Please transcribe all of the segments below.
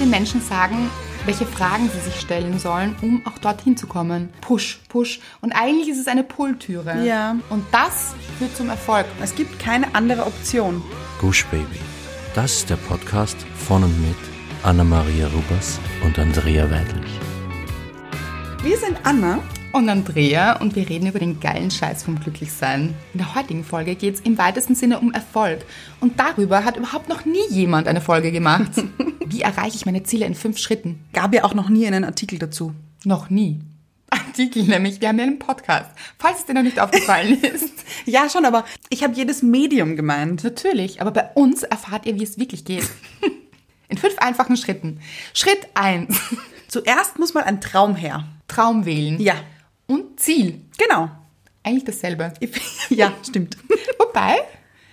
den Menschen sagen, welche Fragen sie sich stellen sollen, um auch dorthin zu kommen. Push, push. Und eigentlich ist es eine Pull-Türe. Ja. Und das führt zum Erfolg. Es gibt keine andere Option. Gush Baby. Das ist der Podcast von und mit Anna-Maria Rubers und Andrea Weidlich. Wir sind Anna. Und Andrea und wir reden über den geilen Scheiß vom Glücklichsein. In der heutigen Folge geht es im weitesten Sinne um Erfolg. Und darüber hat überhaupt noch nie jemand eine Folge gemacht. Wie erreiche ich meine Ziele in fünf Schritten? Gab ja auch noch nie einen Artikel dazu. Noch nie. Artikel nämlich, wir haben ja einen Podcast. Falls es dir noch nicht aufgefallen ist. Ja, schon, aber ich habe jedes Medium gemeint. Natürlich, aber bei uns erfahrt ihr, wie es wirklich geht. In fünf einfachen Schritten. Schritt eins: Zuerst muss mal ein Traum her. Traum wählen. Ja, Und Ziel. genau. Eigentlich dasselbe. ja, stimmt. Wobei,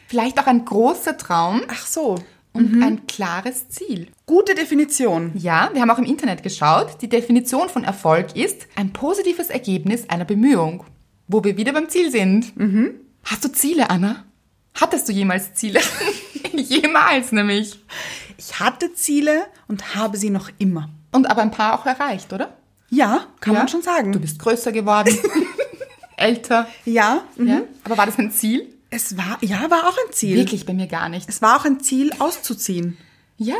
vielleicht auch ein großer Traum Ach so. und ein klares Ziel. Gute Definition. Ja, wir haben auch im Internet geschaut. Die Definition von Erfolg ist ein positives Ergebnis einer Bemühung. Wo wir wieder beim Ziel sind. Mhm. Hast du Ziele, Anna? Hattest du jemals Ziele? jemals nämlich. Ich hatte Ziele und habe sie noch immer. Und aber ein paar auch erreicht, oder? Ja, kann Ja? man schon sagen. Du bist größer geworden, älter. ja, mhm. Ja? Aber war das ein Ziel? es war, ja, war auch ein Ziel. Wirklich bei mir gar nicht. Es war auch ein Ziel, auszuziehen. Ja.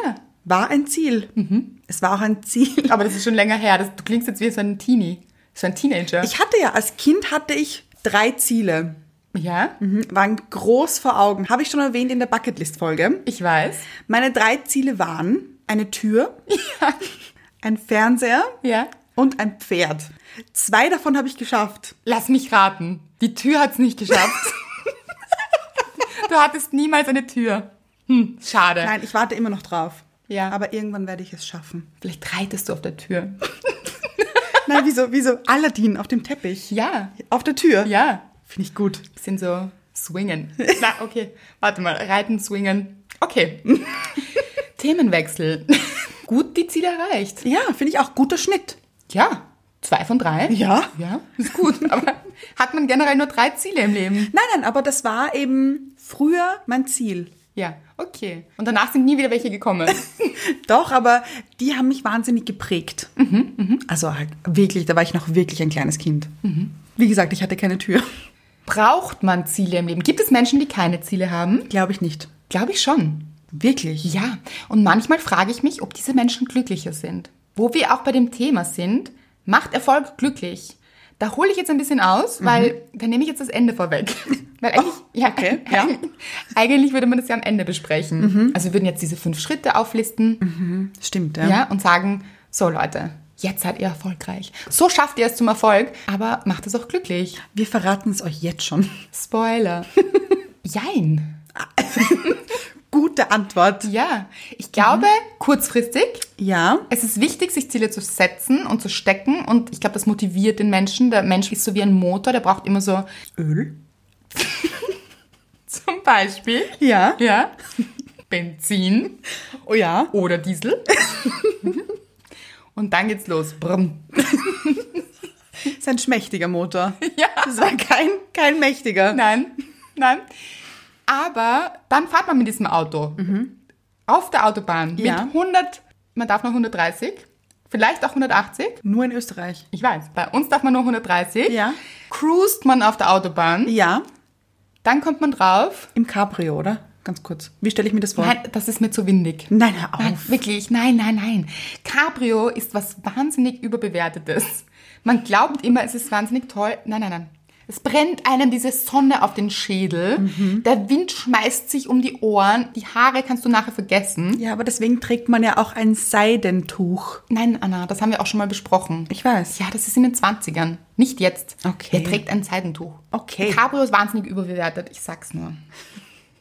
War ein Ziel. Mhm. Es war auch ein Ziel. Aber das ist schon länger her. Das, du klingst jetzt wie so ein Teenie. So ein Teenager. Ich hatte ja, als Kind hatte ich drei Ziele. ja, Mhm, Waren groß vor Augen. Habe ich schon erwähnt in der Bucketlist-Folge. ich weiß. Meine drei Ziele waren eine Tür, ein Fernseher Ja. und ein Pferd. Zwei davon habe ich geschafft. Lass mich raten. Die Tür hat's nicht geschafft. du hattest niemals eine Tür. Hm, schade. Nein, ich warte immer noch drauf. Ja. Aber irgendwann werde ich es schaffen. Vielleicht reitest du auf der Tür. Nein, wieso, wieso? Aladdin auf dem Teppich. Ja. Auf der Tür. Ja. Finde ich gut. Bisschen so swingen. Na, okay. Warte mal. Reiten, swingen. Okay. Themenwechsel. Gut die Ziele erreicht. Ja, finde ich auch guter Schnitt. Ja. Zwei von drei. Ja. Ja. Ist gut. Aber hat man generell nur drei Ziele im Leben? Nein, nein, aber das war eben früher mein Ziel. Ja, okay. Und danach sind nie wieder welche gekommen. Doch, aber die haben mich wahnsinnig geprägt. Mhm, Also halt wirklich, da war ich noch wirklich ein kleines Kind. Mhm. Wie gesagt, ich hatte keine Tür. Braucht man Ziele im Leben? Gibt es Menschen, die keine Ziele haben? Glaube ich nicht. Glaube ich schon. Wirklich? Ja, und manchmal frage ich mich, ob diese Menschen glücklicher sind. Wo wir auch bei dem Thema sind, macht Erfolg glücklich. Da hole ich jetzt ein bisschen Mhm. aus, weil da nehme ich jetzt das Ende vorweg. Weil eigentlich, ja, Oh, okay, ja. Mhm. eigentlich würde man das ja am Ende besprechen. Also wir würden jetzt diese fünf Schritte auflisten Stimmt, ja. und sagen, so Leute, jetzt seid ihr erfolgreich. So schafft ihr es zum Erfolg, aber macht es auch glücklich. Wir verraten es euch jetzt schon. Spoiler. Jein. Gute Antwort. Ja, ich glaube, Mhm. kurzfristig, Ja. es ist wichtig, sich Ziele zu setzen und zu stecken. Und ich glaube, das motiviert den Menschen. Der Mensch ist so wie ein Motor, der braucht immer so Öl? zum Beispiel, Ja. ja, Benzin Oh ja. oder Diesel. Und dann geht's los. Brumm. Ist ein schmächtiger Motor. Ja. Das war kein, kein mächtiger. Nein, nein. Aber dann fährt man mit diesem Auto auf der Autobahn Ja. mit 100, man darf nur 130, vielleicht auch 180. Nur in Österreich. Ich weiß, bei uns darf man nur 130. Ja. Cruist man auf der Autobahn, Ja. dann kommt man drauf. Im Cabrio, oder? Ganz kurz. Wie stelle ich mir das vor? Nein, das ist mir zu windig. Oh. Nein, hör auf. Nein, wirklich, nein, nein, nein. Cabrio ist was wahnsinnig überbewertetes. Man glaubt immer, es ist wahnsinnig toll. Nein, nein, nein. Es brennt einem diese Sonne auf den Schädel. Mhm. Der Wind schmeißt sich um die Ohren. Die Haare kannst du nachher vergessen. Ja, aber deswegen trägt man ja auch ein Seidentuch. Nein, Anna, das haben wir auch schon mal besprochen. Ich weiß. Ja, das ist in den 20ern, nicht jetzt. Okay. Er trägt ein Seidentuch. Okay. Cabrio ist wahnsinnig überbewertet, ich sag's nur.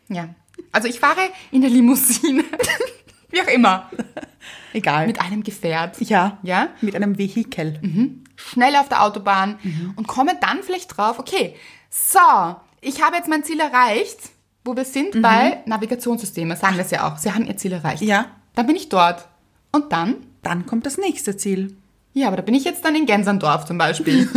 Ja. Also ich fahre in der Limousine. Wie auch immer. Egal. Mit einem Gefährt. ja. Ja? Mhm. Mit einem Vehikel. Schnell auf der Autobahn Mhm. und komme dann vielleicht drauf, okay, so, ich habe jetzt mein Ziel erreicht, wo wir sind Mhm. bei Navigationssysteme, sagen das ja auch. Sie haben ihr Ziel erreicht. Ja. Dann bin ich dort. Und dann Dann kommt das nächste Ziel. Ja, aber da bin ich jetzt dann in Gänsendorf zum Beispiel.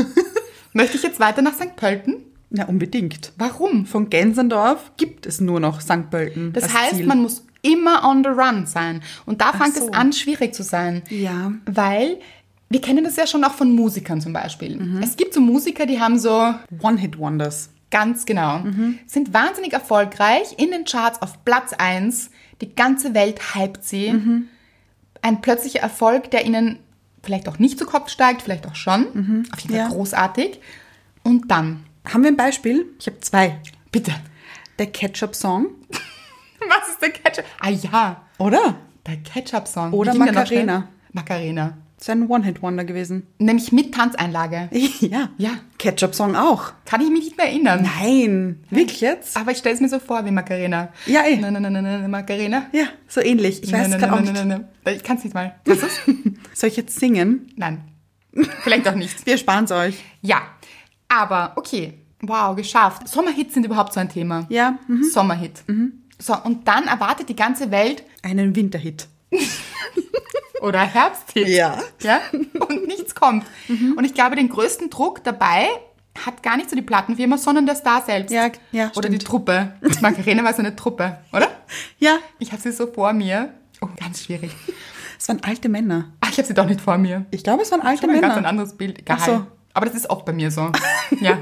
Möchte ich jetzt weiter nach St. Pölten? Na, unbedingt. Warum? Von Gänsendorf gibt es nur noch St. Pölten. Das als heißt, Ziel. man muss immer on the run sein. Und da fängt so. es an, schwierig zu sein. Ja. Weil wir kennen das ja schon auch von Musikern zum Beispiel. Mhm. Es gibt so Musiker, die haben so One-Hit-Wonders. Ganz genau. Mhm. Sind wahnsinnig erfolgreich, in den Charts auf Platz 1. Die ganze Welt hypt sie. Mhm. Ein plötzlicher Erfolg, der ihnen vielleicht auch nicht zu Kopf steigt, vielleicht auch schon. Auf jeden Fall Mhm. Ja. großartig. Und dann, Haben wir ein Beispiel? Ich habe zwei. bitte, Der Ketchup-Song, was ist der Ketchup? Ah ja, oder? der Ketchup-Song. Oder Wie ging der noch Macarena. schnell? Macarena. Ist ein One-Hit-Wonder gewesen. Nämlich mit Tanzeinlage. Ja. Ja. Ketchup-Song auch. Kann ich mich nicht mehr erinnern. Nein. Wirklich jetzt? Aber ich stelle es mir so vor wie Macarena. Ja, eh. Nein, nein, nein, nein, Macarena. Ja, so ähnlich. Ich weiß es Nein, gerade auch nein, nicht. nein, nein, nein. Ich kann es nicht mal. Was ist Soll ich jetzt singen? Nein. Vielleicht auch nicht. Wir sparen es euch. Ja. Aber okay. Wow, geschafft. Sommerhits sind überhaupt so ein Thema. Ja, Mhm. Sommerhit. So, und dann erwartet die ganze Welt Einen Winterhit. oder Herbsthit. Ja. Ja? Und nichts kommt. Und ich glaube, den größten Druck dabei hat gar nicht so die Plattenfirma, sondern der Star selbst. Ja, ja, Oder stimmt. die Truppe. Macarena war so eine Truppe, oder? Ja, Ich habe sie so vor mir. Oh, ganz schwierig. es waren alte Männer. Ah, ich habe sie doch nicht vor mir. Ich glaube, es waren alte schon mal ganz ein Männer. anderes Bild. Egal. Ach so. Aber das ist auch bei mir so. Ja.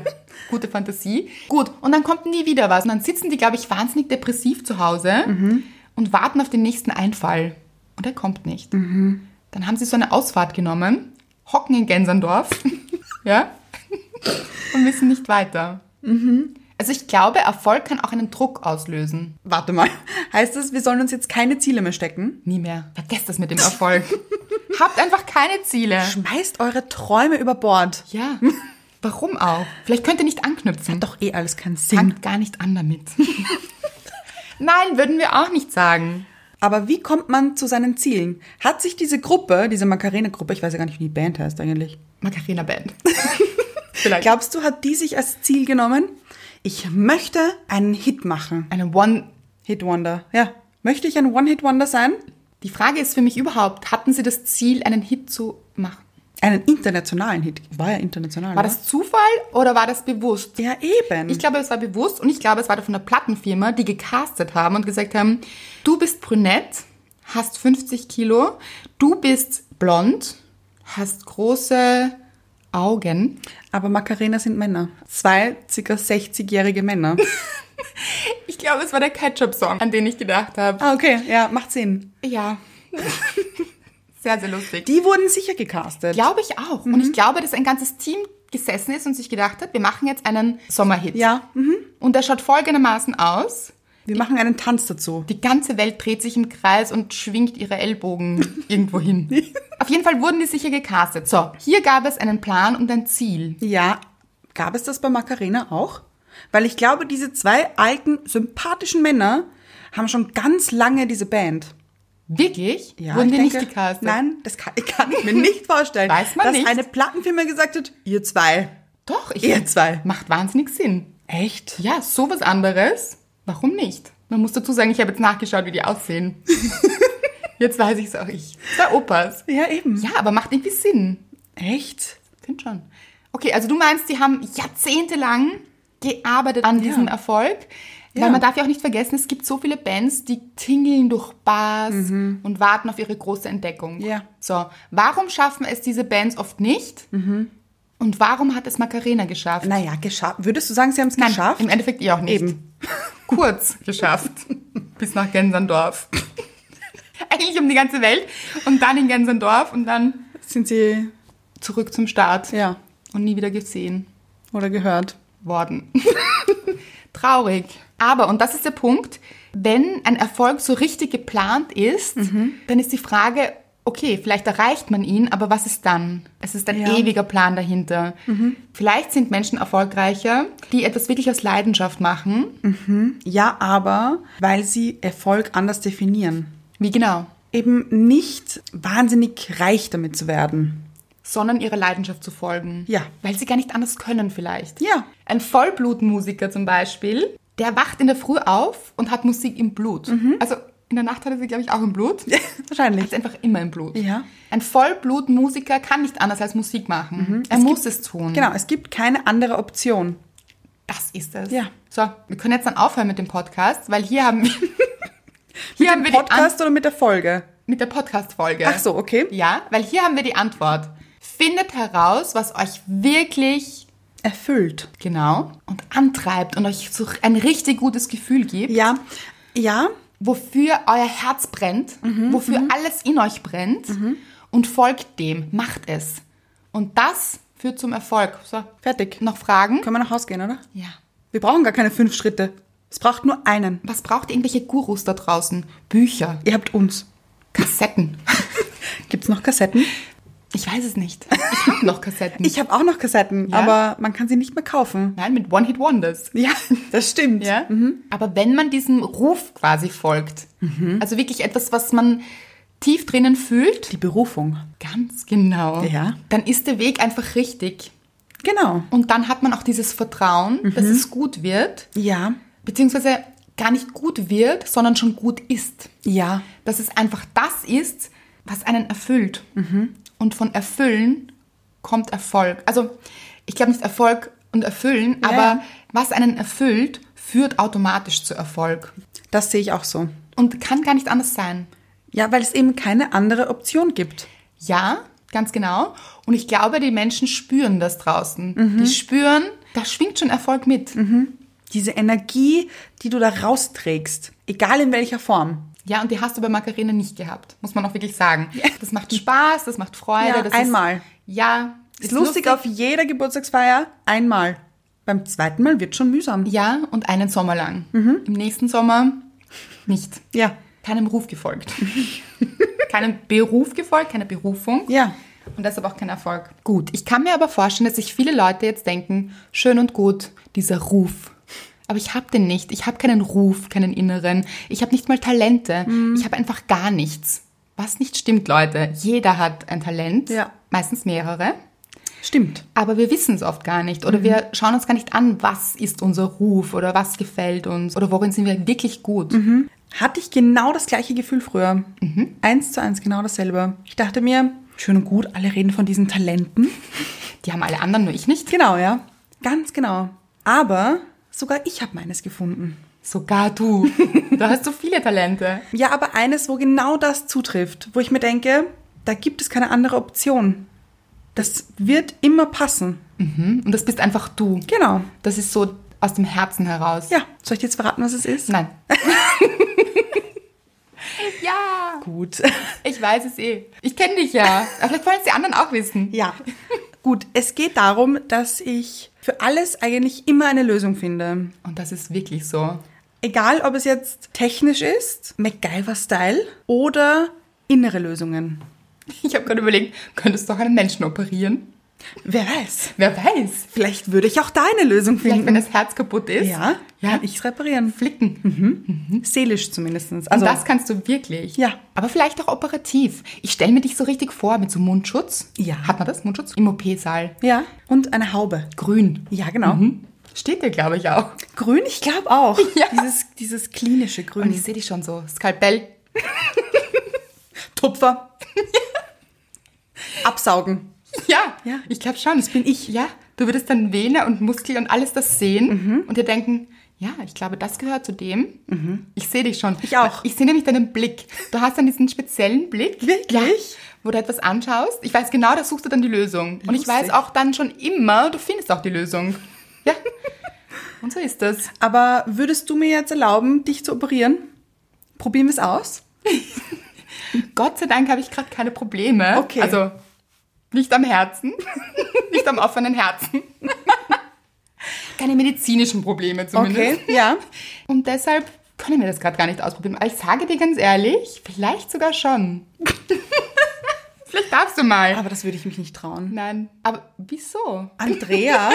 Gute Fantasie. Gut, und dann kommt nie wieder was. Und dann sitzen die, glaube ich, wahnsinnig depressiv zu Hause Mhm. und warten auf den nächsten Einfall. Und er kommt nicht. Mhm. Dann haben sie so eine Ausfahrt genommen, hocken in Gänsendorf, ja, und wissen nicht weiter. Mhm. Also ich glaube, Erfolg kann auch einen Druck auslösen. Warte mal. Heißt das, wir sollen uns jetzt keine Ziele mehr stecken? Nie mehr. Vergesst das mit dem Erfolg. Habt einfach keine Ziele. Schmeißt eure Träume über Bord. Ja. Warum auch? Vielleicht könnt ihr nicht anknüpfen. Doch eh alles keinen Sinn. Fangt gar nicht an damit. Nein, würden wir auch nicht sagen. Aber wie kommt man zu seinen Zielen? Hat sich diese Gruppe, diese Macarena-Gruppe, ich weiß ja gar nicht, wie die Band heißt eigentlich. Macarena Band. Vielleicht Glaubst du, hat die sich als Ziel genommen? Ich möchte einen Hit machen. eine One. Hit-Wonder. Ja. Möchte ich ein One-Hit-Wonder sein? Die Frage ist für mich überhaupt, hatten sie das Ziel, einen Hit zu machen? Einen internationalen Hit. War ja international. War das Zufall oder war das bewusst? Ja, eben. Ich glaube, es war bewusst und ich glaube, es war von der Plattenfirma, die gecastet haben und gesagt haben, du bist brünett, hast 50 Kilo, du bist blond, hast große Augen. Aber Macarena sind Männer. Zwei circa 60-jährige Männer. Ich glaube, es war der Ketchup-Song, an den ich gedacht habe. ah, okay. Ja, macht Sinn. Ja. sehr, sehr lustig. Mhm. Die wurden sicher gecastet. Glaube ich auch. Und ich glaube, dass ein ganzes Team gesessen ist und sich gedacht hat, wir machen jetzt einen Sommerhit. Ja, mhm. Und der schaut folgendermaßen aus. Wir machen einen Tanz dazu. Die ganze Welt dreht sich im Kreis und schwingt ihre Ellbogen irgendwo hin. Auf jeden Fall wurden die sicher gecastet. So, hier gab es einen Plan und ein Ziel. Ja, gab es das bei Macarena auch? Weil ich glaube, diese zwei alten, sympathischen Männer haben schon ganz lange diese Band. Wirklich? wurden ich die nicht denke- gecastet? Nein, das kann, kann ich mir nicht vorstellen. Weiß man dass nicht. eine Plattenfirma gesagt hat, ihr zwei. Doch, ich Ihr zwei. Macht wahnsinnig Sinn. Echt? Ja, sowas anderes. Warum nicht? Man muss dazu sagen, ich habe jetzt nachgeschaut, wie die aussehen. jetzt weiß ich es auch ich. Zwei Opas. Ja, eben. Ja, aber macht irgendwie Sinn. Echt? Find schon. Okay, also du meinst, die haben jahrzehntelang gearbeitet an diesem Erfolg. Weil Ja. man darf ja auch nicht vergessen, es gibt so viele Bands, die tingeln durch Bars und warten auf ihre große Entdeckung. Mhm. Ja. So, warum schaffen es diese Bands oft nicht? Mhm. Und warum hat es Macarena geschafft? Naja, geschafft. Würdest du sagen, sie haben es Nein, geschafft? im Endeffekt ihr auch nicht. Eben. Kurz geschafft. Bis nach Gänsendorf. Eigentlich um die ganze Welt und dann in Gänsendorf und dann Sind sie, zurück zum Start ja, und nie wieder gesehen oder gehört? worden. Traurig. Aber, und das ist der Punkt, wenn ein Erfolg so richtig geplant ist, Mhm. dann ist die Frage, okay, vielleicht erreicht man ihn, aber was ist dann? Es ist ein Ja. Mhm. ewiger Plan dahinter. Vielleicht sind Menschen erfolgreicher, die etwas wirklich aus Leidenschaft machen. Ja, aber weil sie Erfolg anders definieren. Wie genau? Eben nicht wahnsinnig reich damit zu werden. sondern ihrer Leidenschaft zu folgen. Ja. Weil sie gar nicht anders können vielleicht. Ja. Ein Vollblutmusiker zum Beispiel, der wacht in der Früh auf und hat Musik im Blut. Mhm. Also in der Nacht hat er sie, glaube ich, auch im Blut. Wahrscheinlich. Hat einfach immer im Blut. Ja. Ein Vollblutmusiker kann nicht anders als Musik machen. Er muss es tun. Mhm. Genau, es gibt keine andere Option. Das ist es. Ja. So, wir können jetzt dann aufhören mit dem Podcast, weil hier haben wir Hier haben wir die Mit dem An- Podcast oder mit der Folge? mit der Podcast-Folge. Ach so, okay. Ja, weil hier haben wir die Antwort. Findet heraus, was euch wirklich Erfüllt. genau und antreibt und euch so ein richtig gutes Gefühl gibt, Ja, ja, wofür euer Herz brennt, Mhm, wofür alles in euch brennt und folgt dem, macht es. Und das führt zum Erfolg. So, fertig. noch Fragen? Können wir nach Hause gehen, oder? Ja. Wir brauchen gar keine fünf Schritte. Es braucht nur einen. Was braucht ihr irgendwelche Gurus da draußen? Bücher, Ihr habt uns. Kassetten. Gibt's noch Kassetten? Ich weiß es nicht. Ich habe noch Kassetten. Ich habe auch noch Kassetten, Hm. Ja? aber man kann sie nicht mehr kaufen. Nein, mit One-Hit-Wonders. Ja, das stimmt. Ja? Mhm. Aber wenn man diesem Ruf quasi folgt, also wirklich etwas, was man tief drinnen fühlt, Die Berufung. ganz genau, Ja. dann ist der Weg einfach richtig. Genau. Und dann hat man auch dieses Vertrauen, Mhm. dass es gut wird, Ja, beziehungsweise gar nicht gut wird, sondern schon gut ist. ja, Dass es einfach das ist, was einen erfüllt. Mhm. Und von Erfüllen kommt Erfolg. Also ich glaube nicht Erfolg und Erfüllen, aber ja. was einen erfüllt, führt automatisch zu Erfolg. das sehe ich auch so. Und kann gar nicht anders sein. Ja, weil es eben keine andere Option gibt. Ja, ganz genau. Und ich glaube, die Menschen spüren das draußen. Mhm. Die spüren, da schwingt schon Erfolg mit. Diese Energie, die du da rausträgst, egal in welcher Form. Ja, und die hast du bei Macarena nicht gehabt, muss man auch wirklich sagen. Das macht Spaß, das macht Freude. Ja, das einmal. Ist, ja, Ist, lustig, auf jeder Geburtstagsfeier einmal. Beim zweiten Mal wird schon mühsam. Ja, und einen Sommer lang. Mhm. Im nächsten Sommer nicht. Ja, Keinem Ruf gefolgt. keinem Beruf gefolgt, keine Berufung. ja. Und deshalb auch kein Erfolg. Gut, ich kann mir aber vorstellen, dass sich viele Leute jetzt denken, schön und gut, dieser Ruf. Aber ich habe den nicht. Ich habe keinen Ruf, keinen inneren. Ich habe nicht mal Talente. Ich habe einfach gar nichts. Was nicht stimmt, Leute. Jeder hat ein Talent. Ja. Meistens mehrere. Stimmt. Aber wir wissen es oft gar nicht. Oder wir schauen uns gar nicht an, was ist unser Ruf oder was gefällt uns oder worin sind wir wirklich gut. Hatte ich genau das gleiche Gefühl früher. Eins zu eins, genau dasselbe. Ich dachte mir, schön und gut, alle reden von diesen Talenten. Die haben alle anderen, nur ich nicht. Genau, ja. Ganz genau. Aber sogar ich habe meines gefunden. Sogar du. da hast du viele Talente. Ja, aber eines, wo genau das zutrifft, wo ich mir denke, da gibt es keine andere Option. Das wird immer passen. Und das bist einfach du. Genau. Das ist so aus dem Herzen heraus. Ja, soll ich dir jetzt verraten, was es ist? Nein. ja, Gut. ich weiß es eh. Ich kenne dich ja. Aber vielleicht wollen es die anderen auch wissen. Ja. Gut, es geht darum, dass ich für alles eigentlich immer eine Lösung finde. Und das ist wirklich so. Egal, ob es jetzt technisch ist, MacGyver-Style oder innere Lösungen. Ich habe gerade überlegt, könntest du auch einen Menschen operieren? Wer weiß. Wer weiß. Vielleicht würde ich auch da eine Lösung Vielleicht, wenn finden. das Herz kaputt ist. ja, Ja. kann ich reparieren. Flicken. Seelisch zumindestens. Also, Also, das kannst du wirklich. Ja. Aber vielleicht auch operativ. Ich stelle mir dich so richtig vor mit so Mundschutz. Ja. Hat man das? Mundschutz? Im OP-Saal. ja. Und eine Haube. Grün. Ja, genau. Steht dir, glaube ich, auch. Grün, ich glaube auch. Ja. Dieses, dieses klinische Und Grün. ich sehe dich schon so. Skalpell. Tupfer. Absaugen. Ja, Ja. ich glaube schon. Das bin ich. Ja, du würdest dann Vene und Muskel und alles das sehen Mhm. und dir denken, ja, ich glaube, das gehört zu dem. Ich sehe dich schon. Mhm. Ich auch. Ich sehe nämlich deinen Blick. Du hast dann diesen speziellen Blick. Wirklich? Ja, wo du etwas anschaust. Ich weiß genau, da suchst du dann die Lösung. Und ich Lustig. weiß auch dann schon immer, du findest auch die Lösung. Ja. und so ist das. Aber würdest du mir jetzt erlauben, dich zu operieren? Probieren wir es aus? Gott sei Dank habe ich gerade keine Probleme. Okay. Also nicht am Herzen, nicht am offenen Herzen. keine medizinischen Probleme zumindest. Okay, ja. Und deshalb können wir das gerade gar nicht ausprobieren. Aber ich sage dir ganz ehrlich, vielleicht sogar schon. vielleicht darfst du mal. Aber das würde ich mich nicht trauen. Nein. Aber wieso? Andrea,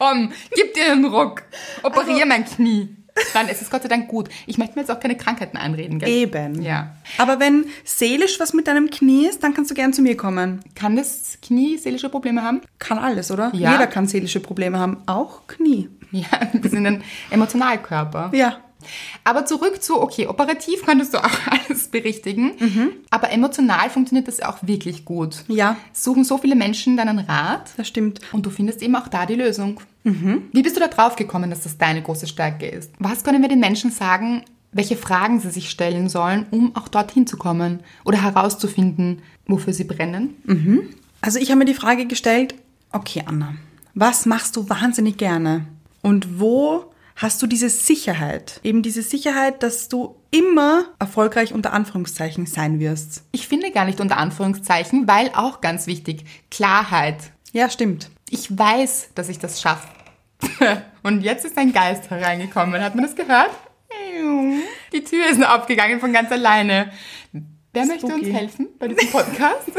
Komm, gib dir einen Ruck. Operier Also mein Knie. Nein, es ist Gott sei Dank gut. Ich möchte mir jetzt auch keine Krankheiten einreden, gell? eben. Ja. Aber wenn seelisch was mit deinem Knie ist, dann kannst du gern zu mir kommen. Kann das Knie seelische Probleme haben? Kann alles, oder? Ja. Jeder kann seelische Probleme haben. Auch Knie. Ja, wir sind ein Emotionalkörper. Ja. Aber zurück zu, okay, operativ könntest du auch alles berichtigen, aber emotional funktioniert das auch wirklich gut. Ja. Es Suchen so viele Menschen deinen Rat Das stimmt. und du findest eben auch da die Lösung. Wie bist du da drauf gekommen, dass das deine große Stärke ist? Was können wir den Menschen sagen, welche Fragen sie sich stellen sollen, um auch dorthin zu kommen oder herauszufinden, wofür sie brennen. Also ich habe mir die Frage gestellt, okay Anna, was machst du wahnsinnig gerne? Und wo hast du diese Sicherheit? Eben diese Sicherheit, dass du immer erfolgreich unter Anführungszeichen sein wirst. Ich finde gar nicht unter Anführungszeichen, weil auch ganz wichtig, Klarheit. Ja, stimmt. Ich weiß, dass ich das schaffe. Und jetzt ist ein Geist hereingekommen. Hat man das gehört? Die Tür ist nur aufgegangen von ganz alleine. Wer möchte uns Spooky. helfen bei diesem Podcast?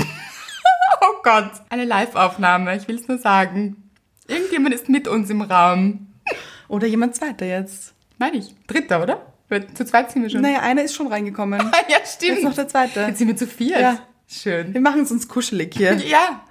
oh Gott, eine Live-Aufnahme, ich will es nur sagen. Irgendjemand ist mit uns im Raum. Oder jemand zweiter jetzt. Meine ich. Dritter, oder? Weil Zu zweit sind wir schon. Naja, einer ist schon reingekommen. Ja, Jetzt stimmt. noch der zweite. Jetzt sind wir zu viert. Ja. Schön. Wir machen es uns kuschelig hier. Ja.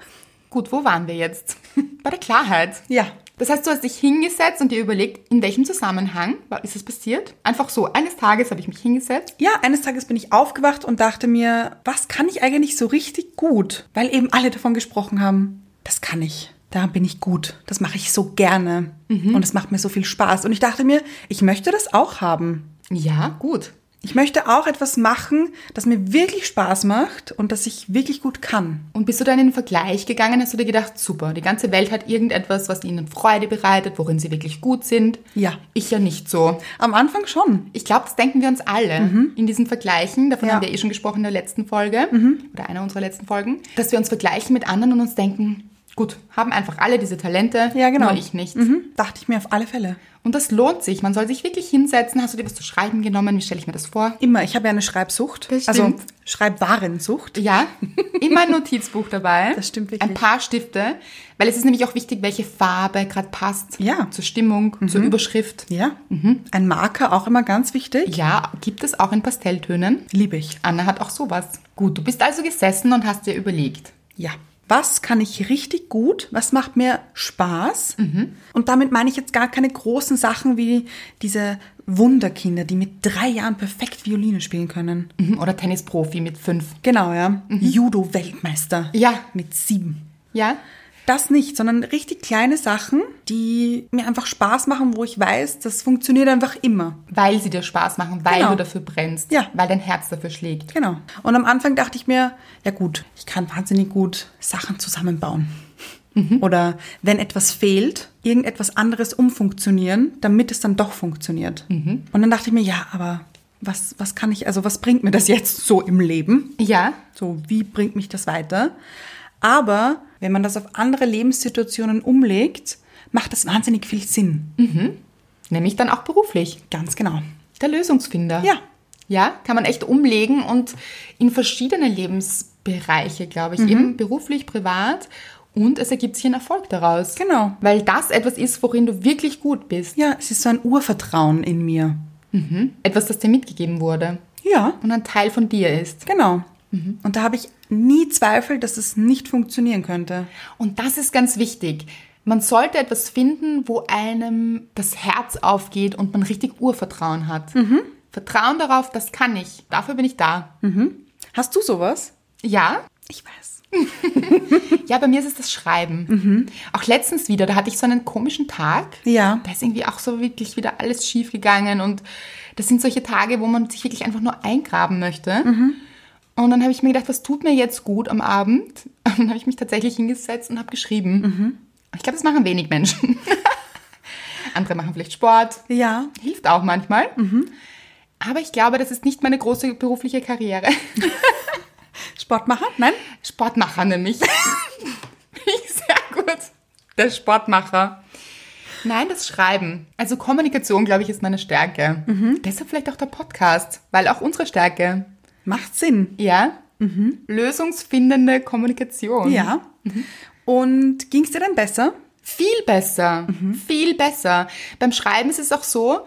Gut, wo waren wir jetzt? Bei der Klarheit. Ja. Das heißt, du hast dich hingesetzt und dir überlegt, in welchem Zusammenhang war- ist es passiert? Einfach so, eines Tages habe ich mich hingesetzt. Ja, eines Tages bin ich aufgewacht und dachte mir, was kann ich eigentlich so richtig gut? Weil eben alle davon gesprochen haben, das kann ich. Da bin ich gut. Das mache ich so gerne. Mhm. Und es macht mir so viel Spaß. Und ich dachte mir, ich möchte das auch haben. Ja, gut. Ich möchte auch etwas machen, das mir wirklich Spaß macht und das ich wirklich gut kann. Und bist du dann in den Vergleich gegangen, hast du dir gedacht, super, die ganze Welt hat irgendetwas, was ihnen Freude bereitet, worin sie wirklich gut sind. Ja. Ich ja nicht so. Am Anfang schon. Ich glaube, das denken wir uns alle in diesen Vergleichen. Davon Mhm. Ja. Mhm. haben wir eh schon gesprochen in der letzten Folge oder einer unserer letzten Folgen, dass wir uns vergleichen mit anderen und uns denken, gut, haben einfach alle diese Talente, Ja, genau. nur ich nicht. Mhm. Dachte ich mir auf alle Fälle. Und das lohnt sich. Man soll sich wirklich hinsetzen. Hast du dir was zu schreiben genommen? Wie stelle ich mir das vor? Immer. Ich habe ja eine Schreibsucht. Das also stimmt. Schreibwarensucht. Ja, immer ein Notizbuch dabei. Das stimmt wirklich. Ein paar Stifte, weil es ist nämlich auch wichtig, welche Farbe gerade passt. Ja. Mhm. Zur Stimmung, zur Überschrift. Ja. Ein Marker auch immer ganz wichtig. Mhm. Ja, gibt es auch in Pastelltönen. Liebe ich. Anna hat auch sowas. Gut, du bist also gesessen und hast dir überlegt. Ja. Was kann ich richtig gut? Was macht mir Spaß? Mhm. Und damit meine ich jetzt gar keine großen Sachen wie diese Wunderkinder, die mit drei Jahren perfekt Violine spielen können. Mhm, Oder Tennisprofi mit fünf. Genau, ja. Judo-Weltmeister. Ja. Mit sieben. Ja? Das nicht, sondern richtig kleine Sachen, die mir einfach Spaß machen, wo ich weiß, das funktioniert einfach immer. Weil sie dir Spaß machen, weil Genau. du dafür brennst. Ja. Weil dein Herz dafür schlägt. Genau. Und am Anfang dachte ich mir, ja gut, ich kann wahnsinnig gut Sachen zusammenbauen. Oder wenn etwas fehlt, irgendetwas anderes umfunktionieren, damit es dann doch funktioniert. Und dann dachte ich mir, ja, aber was, was kann ich, also was bringt mir das jetzt so im Leben? Ja? So, wie bringt mich das weiter? Aber wenn man das auf andere Lebenssituationen umlegt, macht das wahnsinnig viel Sinn. Nämlich dann auch beruflich. Ganz genau. Der Lösungsfinder. Ja. Ja, kann man echt umlegen und in verschiedene Lebensbereiche, glaube Mhm. ich, eben beruflich, privat. Und es ergibt sich ein Erfolg daraus. Genau. Weil das etwas ist, worin du wirklich gut bist. Ja, es ist so ein Urvertrauen in mir. Etwas, das dir mitgegeben wurde Ja. und ein Teil von dir ist. Genau. Und da habe ich nie Zweifel, dass es nicht funktionieren könnte. Und das ist ganz wichtig. Man sollte etwas finden, wo einem das Herz aufgeht und man richtig Urvertrauen hat. Mhm. Vertrauen darauf, das kann ich. Dafür bin ich da. Hast du sowas? Ja, Ich weiß. Ja, bei mir ist es das Schreiben. Auch letztens wieder, da hatte ich so einen komischen Tag. Ja. Da ist irgendwie auch so wirklich wieder alles schief gegangen und das sind solche Tage, wo man sich wirklich einfach nur eingraben möchte. Und dann habe ich mir gedacht, was tut mir jetzt gut am Abend? Und dann habe ich mich tatsächlich hingesetzt und habe geschrieben. Ich glaube, das machen wenig Menschen. Andere machen vielleicht Sport, Ja. hilft auch manchmal. Aber ich glaube, das ist nicht meine große berufliche Karriere. Sportmacher? Nein? Sportmacher nämlich. Finde ich sehr gut. Der Sportmacher. Nein, das Schreiben. Also Kommunikation, glaube ich, ist meine Stärke. Deshalb vielleicht auch der Podcast, weil auch unsere Stärke. Macht Sinn. Ja? Lösungsfindende Kommunikation. Ja. Und ging es dir dann besser? Viel besser. Viel besser. Beim Schreiben ist es auch so,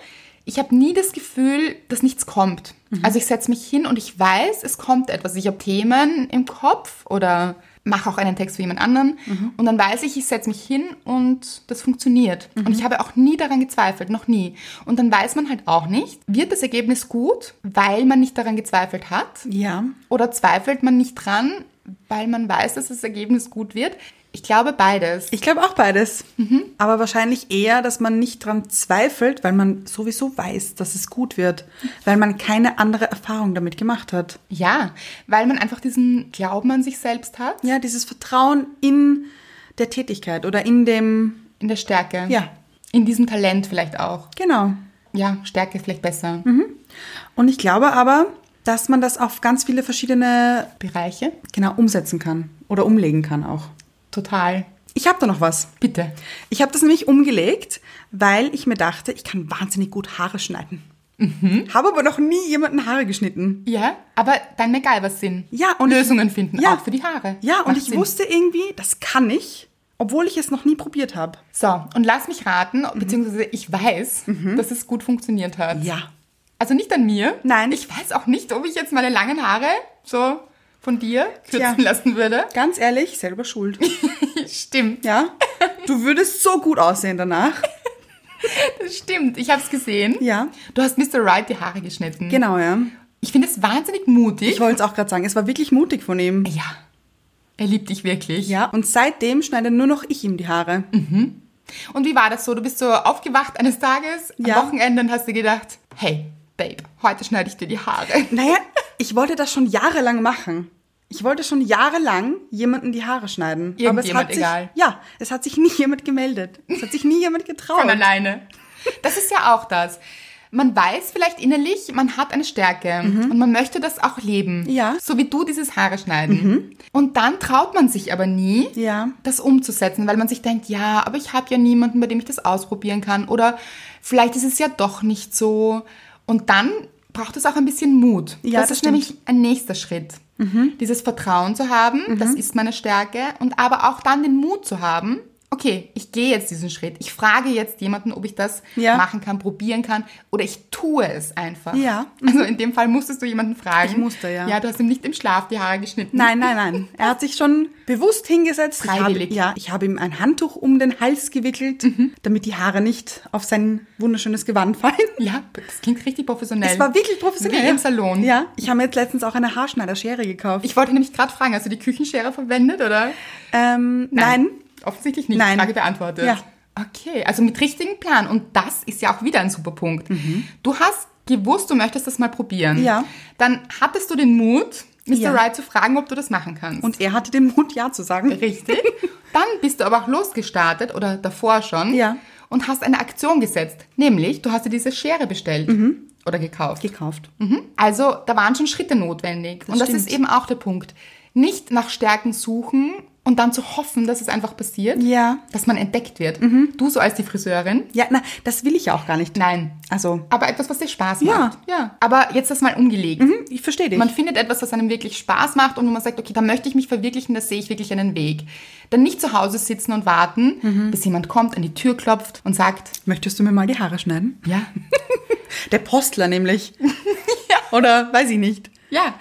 ich habe nie das Gefühl, dass nichts kommt. Also ich setze mich hin und ich weiß, es kommt etwas. Ich habe Themen im Kopf oder mache auch einen Text für jemand anderen. Und dann weiß ich, ich setze mich hin und das funktioniert. Und ich habe auch nie daran gezweifelt, noch nie. Und dann weiß man halt auch nicht, wird das Ergebnis gut, weil man nicht daran gezweifelt hat? Ja. Oder zweifelt man nicht dran, weil man weiß, dass das Ergebnis gut wird? Ich glaube beides. Ich glaube auch beides. Aber wahrscheinlich eher, dass man nicht dran zweifelt, weil man sowieso weiß, dass es gut wird, weil man keine andere Erfahrung damit gemacht hat. Ja, weil man einfach diesen Glauben an sich selbst hat, Ja, dieses Vertrauen in der Tätigkeit oder in dem, in der Stärke. Ja. In diesem Talent vielleicht auch. genau. Ja, Stärke vielleicht besser. Mhm. Und ich glaube aber, dass man das auf ganz viele verschiedene, Bereiche? genau, umsetzen kann oder umlegen kann auch. Total. Ich habe da noch was. Bitte. Ich habe das nämlich umgelegt, weil ich mir dachte, ich kann wahnsinnig gut Haare schneiden. Mhm. Habe aber noch nie jemanden Haare geschnitten. Ja, aber dein MacGyver-Sinn. Ja, und ich- Lösungen finden, Ja. auch für die Haare. Ja, und Macht ich Sinn. wusste irgendwie, das kann ich, obwohl ich es noch nie probiert habe. So, und lass mich raten, beziehungsweise ich weiß, dass es gut funktioniert hat. Mhm. Ja. Also nicht an mir. Nein. Ich weiß auch nicht, ob ich jetzt meine langen Haare so von dir kürzen Tja. lassen würde. Ganz ehrlich, selber schuld. Stimmt, Ja? Du würdest so gut aussehen danach. stimmt. Ich habe es gesehen. Ja. Du hast Mr. Right die Haare geschnitten. Genau, ja. Ich finde es wahnsinnig mutig. Ich wollte es auch gerade sagen, es war wirklich mutig von ihm. ja. Er liebt dich wirklich. Ja, und seitdem schneide nur noch ich ihm die Haare. Und wie war das so? Du bist so aufgewacht eines Tages Ja. am Wochenende und hast dir gedacht, hey, Babe, heute schneide ich dir die Haare. Naja, ich wollte das schon jahrelang machen. Ich wollte schon jahrelang jemanden die Haare schneiden. Irgendjemand, sich, egal. Ja, es hat sich nie jemand gemeldet. Es hat sich nie jemand getraut. Von alleine. Das ist ja auch das. Man weiß vielleicht innerlich, man hat eine Stärke und man möchte das auch leben. Mhm. Ja. Mhm. So wie du dieses Haare schneiden. Und dann traut man sich aber nie, Ja. das umzusetzen, weil man sich denkt, ja, aber ich habe ja niemanden, bei dem ich das ausprobieren kann. Oder vielleicht ist es ja doch nicht so. Und dann braucht es auch ein bisschen Mut. Ja, das, das ist nämlich ein nächster Schritt. Mhm. Dieses Vertrauen zu haben, das ist meine Stärke. Und aber auch dann den Mut zu haben, okay, ich gehe jetzt diesen Schritt. Ich frage jetzt jemanden, ob ich das Ja. machen kann, probieren kann. Oder ich tue es einfach. Ja. Also in dem Fall musstest du jemanden fragen. Ich musste, ja. Ja, du hast ihm nicht im Schlaf die Haare geschnitten. Nein, nein, nein. Er hat sich schon bewusst hingesetzt. Freiwillig. Mhm. Ich habe, ja, ich habe ihm ein Handtuch um den Hals gewickelt, damit die Haare nicht auf sein wunderschönes Gewand fallen. Ja, das klingt richtig professionell. Es war wirklich professionell. Wie im Salon. Ja, ich habe mir jetzt letztens auch eine Haarschneiderschere gekauft. Ich wollte nämlich gerade fragen, hast du die Küchenschere verwendet oder? ähm, nein. Offensichtlich nicht. Nein. Frage beantwortet. Ja. Okay, also mit richtigem Plan. Und das ist ja auch wieder ein super Punkt. Du hast gewusst, du möchtest das mal probieren. Mhm. Ja. Dann hattest du den Mut, Mr. Ja. Wright zu fragen, ob du das machen kannst. Und er hatte den Mut, ja zu sagen. richtig. Dann bist du aber auch losgestartet oder davor schon. Ja. Und hast eine Aktion gesetzt. Nämlich, du hast dir diese Schere bestellt. Mhm. Oder gekauft. Gekauft. Mhm. Also da waren schon Schritte notwendig. und das stimmt. ist eben auch der Punkt. Nicht nach Stärken suchen und dann zu hoffen, dass es einfach passiert. Ja. Mhm. Dass man entdeckt wird. Du so als die Friseurin. Ja, na, das will ich ja auch gar nicht. Nein. Also, Aber etwas, was dir Spaß Ja. Mhm. macht. Ja. Aber jetzt das mal umgelegt. ich verstehe dich. Man findet etwas, was einem wirklich Spaß macht und wo man sagt, okay, da möchte ich mich verwirklichen, da sehe ich wirklich einen Weg. Dann nicht zu Hause sitzen und warten, Mhm. bis jemand kommt, an die Tür klopft und sagt, Möchtest du mir mal die Haare schneiden? ja, Der Postler nämlich. Oder weiß ich nicht. ja.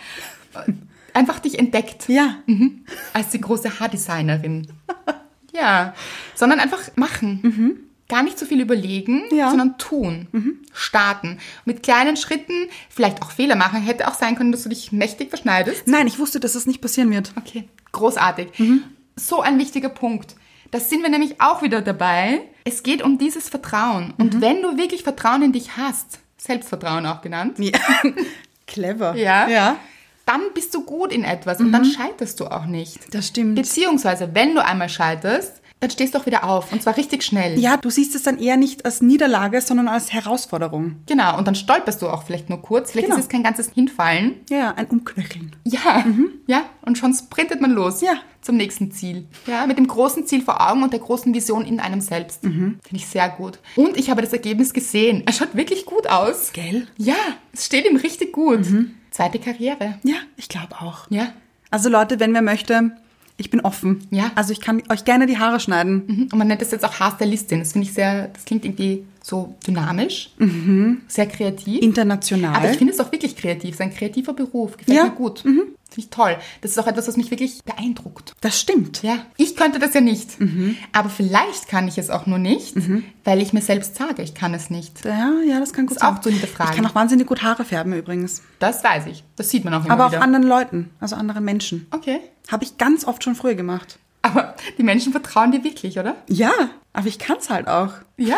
Einfach dich entdeckt. Ja. Mhm. als die große Haardesignerin. ja, sondern einfach machen. Gar nicht so viel überlegen, Ja. sondern tun. Starten. Mit kleinen Schritten, vielleicht auch Fehler machen. Hätte auch sein können, dass du dich mächtig verschneidest. Nein, ich wusste, dass das nicht passieren wird. Okay, großartig. So ein wichtiger Punkt. Das sind wir nämlich auch wieder dabei. Es geht um dieses Vertrauen. Und wenn du wirklich Vertrauen in dich hast, Selbstvertrauen auch genannt, Ja. Clever. ja, Ja. dann bist du gut in etwas und dann scheiterst du auch nicht. Das stimmt. Beziehungsweise, wenn du einmal scheiterst, dann stehst du auch wieder auf und zwar richtig schnell. Ja, du siehst es dann eher nicht als Niederlage, sondern als Herausforderung. Genau, und dann stolperst du auch vielleicht nur kurz. Vielleicht Genau. ist es kein ganzes Hinfallen. Ja, ein Umknöcheln. Ja, ja, und schon sprintet man los Mhm. Ja. zum nächsten Ziel. Ja, mit dem großen Ziel vor Augen und der großen Vision in einem selbst. Mhm. Finde ich sehr gut. Und ich habe das Ergebnis gesehen. Er schaut wirklich gut aus. Gell? Mhm. Ja, es steht ihm richtig gut. Zweite Karriere. Ja, ich glaube auch. Ja. Also Leute, wenn wer möchte, ich bin offen. Ja. Also ich kann euch gerne die Haare schneiden. Mhm. Und man nennt das jetzt auch Haarstylistin. Das finde ich sehr, das klingt irgendwie so dynamisch, Mhm. sehr kreativ. International. Aber Ah, ich finde es auch wirklich kreativ. Es ist ein kreativer Beruf. Gefällt Ja. Mhm. mir gut. Finde ich toll. Das ist auch etwas, was mich wirklich beeindruckt. das stimmt. Ja. Ich könnte das ja nicht. Mhm. Aber vielleicht kann ich es auch nur nicht, weil ich mir selbst sage, ich kann es nicht. Ja, ja, das kann gut Ist sein. auch zu hinterfragen. Ich kann auch wahnsinnig gut Haare färben übrigens. Das weiß ich. Das sieht man auch immer Aber auch wieder. anderen Leuten, also anderen Menschen. okay. Habe ich ganz oft schon früher gemacht. Ah, Aber die Menschen vertrauen dir wirklich, oder? Ja, aber ich kann's halt auch. Ja.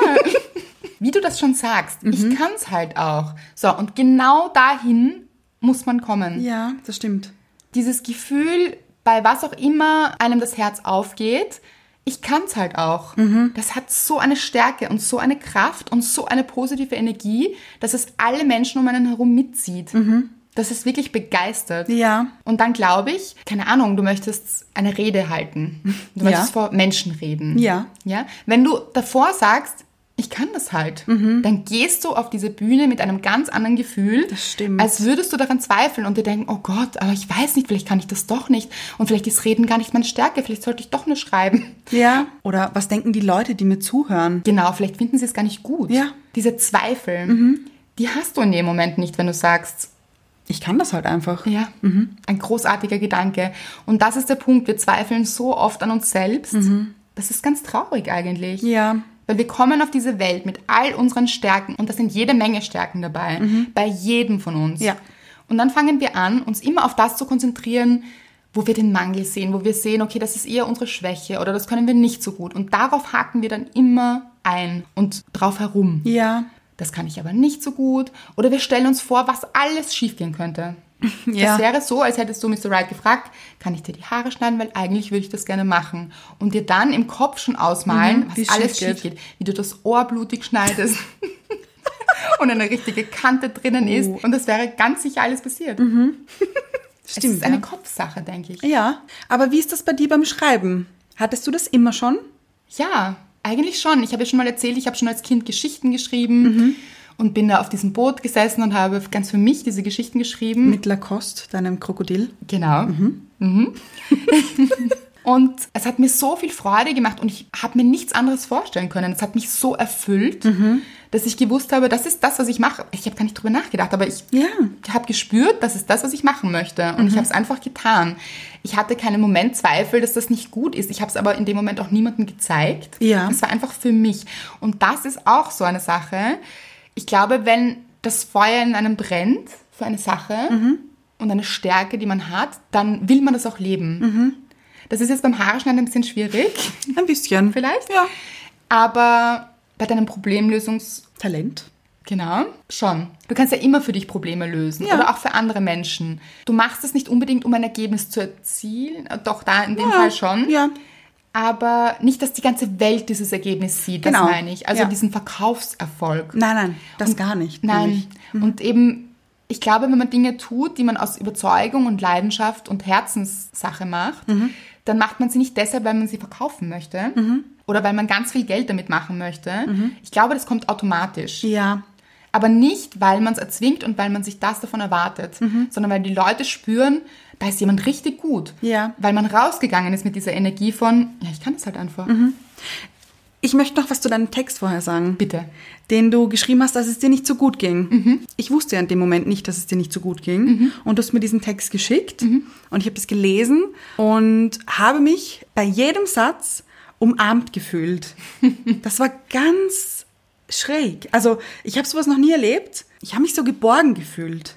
Wie du das schon sagst, Mhm. ich kann's halt auch. So, und genau dahin muss man kommen. Ja, das stimmt. Dieses Gefühl, bei was auch immer einem das Herz aufgeht, ich kann's halt auch. Das hat so eine Stärke und so eine Kraft und so eine positive Energie, dass es alle Menschen um einen herum mitzieht. Das ist wirklich begeistert. Ja. Und dann glaube ich, keine Ahnung, du möchtest eine Rede halten. Du Ja. möchtest vor Menschen reden. Ja. Ja. Wenn du davor sagst, ich kann das halt, Mhm. dann gehst du auf diese Bühne mit einem ganz anderen Gefühl, Das stimmt. als würdest du daran zweifeln und dir denken, oh Gott, aber ich weiß nicht, vielleicht kann ich das doch nicht und vielleicht ist Reden gar nicht meine Stärke, vielleicht sollte ich doch nur schreiben. Ja. Oder was denken die Leute, die mir zuhören? Genau, vielleicht finden sie es gar nicht gut. Ja. Mhm. Diese Zweifel, die hast du in dem Moment nicht, wenn du sagst, Ich kann das halt einfach. Ja, Mhm. ein großartiger Gedanke. Und das ist der Punkt, wir zweifeln so oft an uns selbst. Das ist ganz traurig eigentlich. Mhm. Ja. Weil wir kommen auf diese Welt mit all unseren Stärken und da sind jede Menge Stärken dabei, bei jedem von uns. Mhm. Ja. Und dann fangen wir an, uns immer auf das zu konzentrieren, wo wir den Mangel sehen, wo wir sehen, okay, das ist eher unsere Schwäche oder das können wir nicht so gut. Und darauf haken wir dann immer ein und drauf herum. Ja. Das kann ich aber nicht so gut. Oder wir stellen uns vor, was alles schiefgehen könnte. Ja. Das wäre so, als hättest du Mr. Right gefragt, kann ich dir die Haare schneiden, weil eigentlich würde ich das gerne machen. Und dir dann im Kopf schon ausmalen, Mhm, was wie's alles schief schief geht. Wie du das Ohr blutig schneidest und eine richtige Kante drinnen ist. Oh. Und das wäre ganz sicher alles passiert. es Mhm. Stimmt. ist eine ja. Kopfsache, denke ich. ja. Aber wie ist das bei dir beim Schreiben? Hattest du das immer schon? Ja, eigentlich schon. Ich habe ja schon mal erzählt, ich habe schon als Kind Geschichten geschrieben Mhm. und bin da auf diesem Boot gesessen und habe ganz für mich diese Geschichten geschrieben. Mit Lacoste, deinem Krokodil? Genau. Mhm. und es hat mir so viel Freude gemacht und ich habe mir nichts anderes vorstellen können. Es hat mich so erfüllt, dass ich gewusst habe, das ist das, was ich mache. Ich habe gar nicht drüber nachgedacht, aber ich Ja. habe gespürt, das ist das, was ich machen möchte. Und ich habe es einfach getan. Ich hatte keinen Moment Zweifel, dass das nicht gut ist. Ich habe es aber in dem Moment auch niemandem gezeigt. Ja. Es war einfach für mich. Und das ist auch so eine Sache. Ich glaube, wenn das Feuer in einem brennt für eine Sache Mhm. und eine Stärke, die man hat, dann will man das auch leben. Mhm. Das ist jetzt beim Haarschneiden ein bisschen schwierig, Ein bisschen. vielleicht. Ja. Aber bei deinem Problemlösungs- Talent. Genau, schon. Du kannst ja immer für dich Probleme lösen Ja. oder auch für andere Menschen. Du machst es nicht unbedingt, um ein Ergebnis zu erzielen, äh, doch da in dem Fall schon, Ja. aber nicht, dass die ganze Welt dieses Ergebnis sieht, Genau. das meine ich. Also Ja. diesen Verkaufserfolg. Nein, nein, das gar nicht. Nein. nämlich. Und eben, ich glaube, wenn man Dinge tut, die man aus Überzeugung und Leidenschaft und Herzenssache macht, Mhm. dann macht man sie nicht deshalb, weil man sie verkaufen möchte oder weil man ganz viel Geld damit machen möchte. Mhm. Ich glaube, das kommt automatisch. Ja. Aber nicht, weil man es erzwingt und weil man sich das davon erwartet, Mhm. sondern weil die Leute spüren, da ist jemand richtig gut. Ja. Weil man rausgegangen ist mit dieser Energie von, ja, ich kann das halt einfach. Ich möchte noch was zu deinem Text vorher sagen. Bitte. Den du geschrieben hast, dass es dir nicht so gut ging. Ich wusste ja in dem Moment nicht, dass es dir nicht so gut ging. Und du hast mir diesen Text geschickt und ich habe das gelesen und habe mich bei jedem Satz umarmt gefühlt. das war ganz schräg. Also ich habe sowas noch nie erlebt. Ich habe mich so geborgen gefühlt.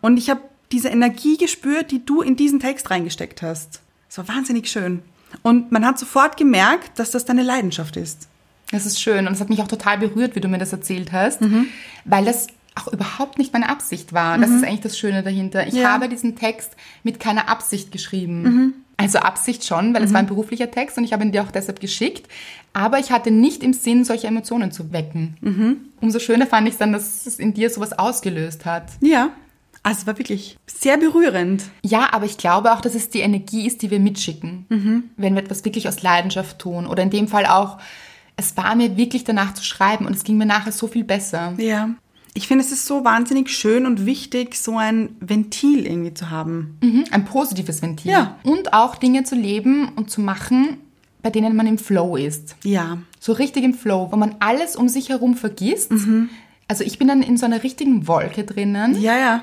Und ich habe diese Energie gespürt, die du in diesen Text reingesteckt hast. Es war wahnsinnig schön. Und man hat sofort gemerkt, dass das deine Leidenschaft ist. Das ist schön und es hat mich auch total berührt, wie du mir das erzählt hast, weil das auch überhaupt nicht meine Absicht war. Das ist eigentlich das Schöne dahinter. Ich Ja. habe diesen Text mit keiner Absicht geschrieben. Also Absicht schon, weil es war ein beruflicher Text und ich habe ihn dir auch deshalb geschickt. Aber ich hatte nicht im Sinn, solche Emotionen zu wecken. Umso schöner fand ich es dann, dass es in dir sowas ausgelöst hat. Ja. Also es war wirklich sehr berührend. Ja, aber ich glaube auch, dass es die Energie ist, die wir mitschicken, Mhm. wenn wir etwas wirklich aus Leidenschaft tun. Oder in dem Fall auch, es war mir wirklich danach zu schreiben und es ging mir nachher so viel besser. Ja. Ich finde, es ist so wahnsinnig schön und wichtig, so ein Ventil irgendwie zu haben. Mhm, ein positives Ventil. Ja. Und auch Dinge zu leben und zu machen, bei denen man im Flow ist. Ja. So richtig im Flow, wo man alles um sich herum vergisst. Also ich bin dann in so einer richtigen Wolke drinnen Mhm. Ja, ja.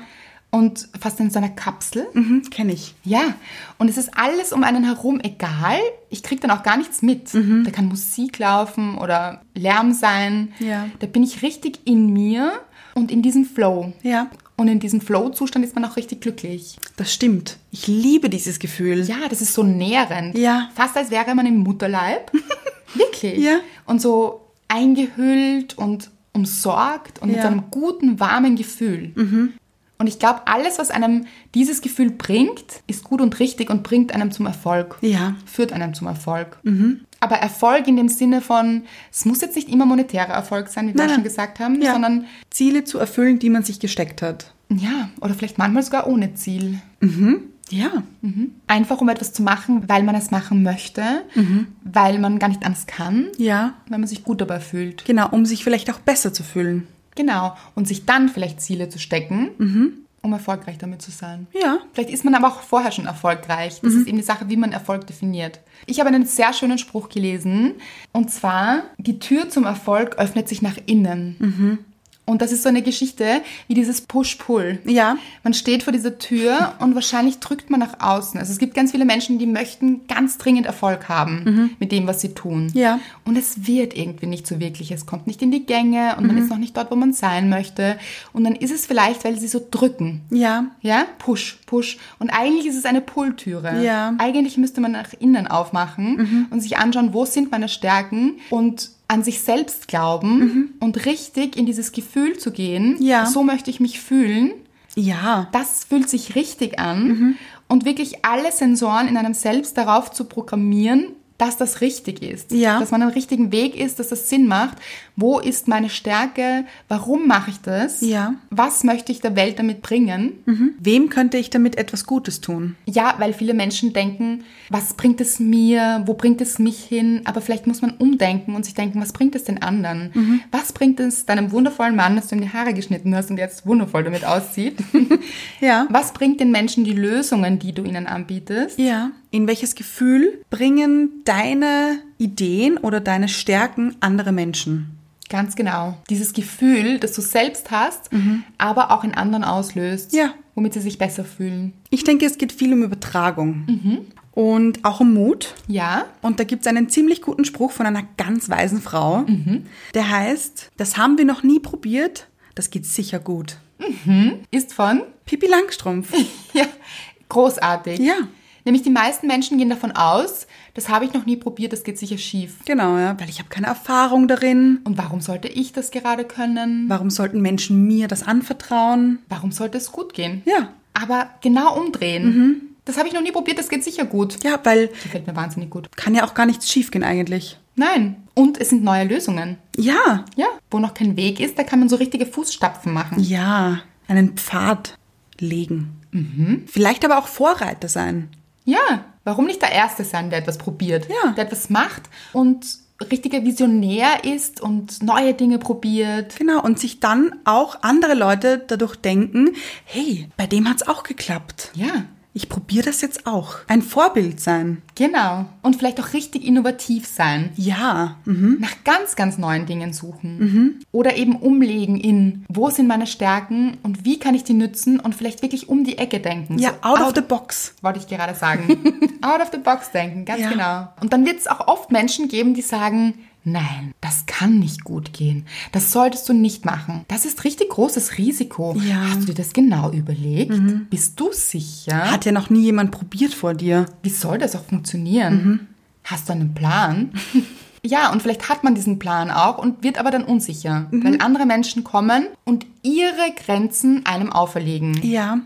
und fast in so einer Kapsel. Mhm, Kenne ich. Ja, und es ist alles um einen herum egal. Ich kriege dann auch gar nichts mit. Mhm. Da kann Musik laufen oder Lärm sein. Ja. Da bin ich richtig in mir und in diesem Flow. Ja. Und in diesem Flow-Zustand ist man auch richtig glücklich. Das stimmt. Ich liebe dieses Gefühl. Ja, das ist so nährend. Ja. Fast als wäre man im Mutterleib. Wirklich. Ja. Und so eingehüllt und umsorgt und mit Ja. Mhm. einem guten, warmen Gefühl. Und ich glaube, alles, was einem dieses Gefühl bringt, ist gut und richtig und bringt einem zum Erfolg. Ja. Mhm. Führt einem zum Erfolg. Aber Erfolg in dem Sinne von, es muss jetzt nicht immer monetärer Erfolg sein, wie wir Nein, schon nein. gesagt haben, Ja. sondern Ziele zu erfüllen, die man sich gesteckt hat. ja, oder vielleicht manchmal sogar ohne Ziel. Ja. Einfach um etwas zu machen, weil man es machen möchte, weil man gar nicht anders kann, Ja. weil man sich gut dabei fühlt. Genau, um sich vielleicht auch besser zu fühlen. Genau. Und sich dann vielleicht Ziele zu stecken, um erfolgreich damit zu sein. Ja. Vielleicht ist man aber auch vorher schon erfolgreich. Das ist eben die Sache, wie man Erfolg definiert. Ich habe einen sehr schönen Spruch gelesen. Und zwar, die Tür zum Erfolg öffnet sich nach innen. Und das ist so eine Geschichte wie dieses Push-Pull. Ja. Man steht vor dieser Tür und wahrscheinlich drückt man nach außen. Also es gibt ganz viele Menschen, die möchten ganz dringend Erfolg haben mit dem, was sie tun. Mhm. Ja. Und es wird irgendwie nicht so wirklich. Es kommt nicht in die Gänge und man Mhm. ist noch nicht dort, wo man sein möchte. Und dann ist es vielleicht, weil sie so drücken. Ja. Ja, Push, Push. Und eigentlich ist es eine Pull-Türe. Ja. Mhm. Eigentlich müsste man nach innen aufmachen und sich anschauen, wo sind meine Stärken und an sich selbst glauben und richtig in dieses Gefühl zu gehen. Mhm. Ja. So möchte ich mich fühlen. Ja. Das fühlt sich richtig an. Mhm. Und wirklich alle Sensoren in einem selbst darauf zu programmieren, dass das richtig ist. Ja. Dass man am richtigen Weg ist, dass das Sinn macht. Wo ist meine Stärke? Warum mache ich das? Ja. Mhm. Was möchte ich der Welt damit bringen? Wem könnte ich damit etwas Gutes tun? Ja, weil viele Menschen denken, was bringt es mir, wo bringt es mich hin? Aber vielleicht muss man umdenken und sich denken, was bringt es den anderen? Mhm. Was bringt es deinem wundervollen Mann, dass du ihm die Haare geschnitten hast und jetzt wundervoll damit aussieht? Ja. was bringt den Menschen die Lösungen, die du ihnen anbietest? Ja. In welches Gefühl bringen deine Ideen oder deine Stärken andere Menschen? Ganz genau. Dieses Gefühl, das du selbst hast, aber auch in anderen auslöst, Mhm. Ja. womit sie sich besser fühlen. Ich denke, es geht viel um Übertragung und auch um Mut. Ja? Und da gibt es einen ziemlich guten Spruch von einer ganz weisen Frau, der heißt, das haben wir noch nie probiert, das geht sicher gut. Ist von? Pippi Langstrumpf. Ja, großartig. Ja. Nämlich die meisten Menschen gehen davon aus, das habe ich noch nie probiert, das geht sicher schief. genau, ja, weil ich habe keine Erfahrung darin. Und warum sollte ich das gerade können? Warum sollten Menschen mir das anvertrauen? Warum sollte es gut gehen? Ja. Mhm. Aber genau umdrehen. Das habe ich noch nie probiert, das geht sicher gut. Ja, weil Gefällt mir wahnsinnig gut. kann ja auch gar nichts schiefgehen eigentlich. Nein. Und es sind neue Lösungen. Ja. Ja. Wo noch kein Weg ist, da kann man so richtige Fußstapfen machen. Ja, einen Pfad legen. Vielleicht aber auch Vorreiter sein. Ja. Warum nicht der Erste sein, der etwas probiert? Ja. Der etwas macht und richtiger Visionär ist und neue Dinge probiert. Genau, und sich dann auch andere Leute dadurch denken, hey, bei dem hat's auch geklappt. Ja. Ich probiere das jetzt auch. Ein Vorbild sein. Genau. Und vielleicht auch richtig innovativ sein. Ja. Mhm. nach ganz, ganz neuen Dingen suchen. Oder eben umlegen in, wo sind meine Stärken und wie kann ich die nützen und vielleicht wirklich um die Ecke denken. Ja, So out of the box. wollte ich gerade sagen. out of the box denken, ganz Ja. genau. Und dann wird es auch oft Menschen geben, die sagen, nein, das kann nicht gut gehen. Das solltest du nicht machen. Das ist richtig großes Risiko. Ja. Mhm. Hast du dir das genau überlegt? Bist du sicher? Hat ja noch nie jemand probiert vor dir. wie soll das auch funktionieren? Mhm. Hast du einen Plan? ja, und vielleicht hat man diesen Plan auch und wird aber dann unsicher, Mhm. weil andere Menschen kommen und ihre Grenzen einem auferlegen. Ja.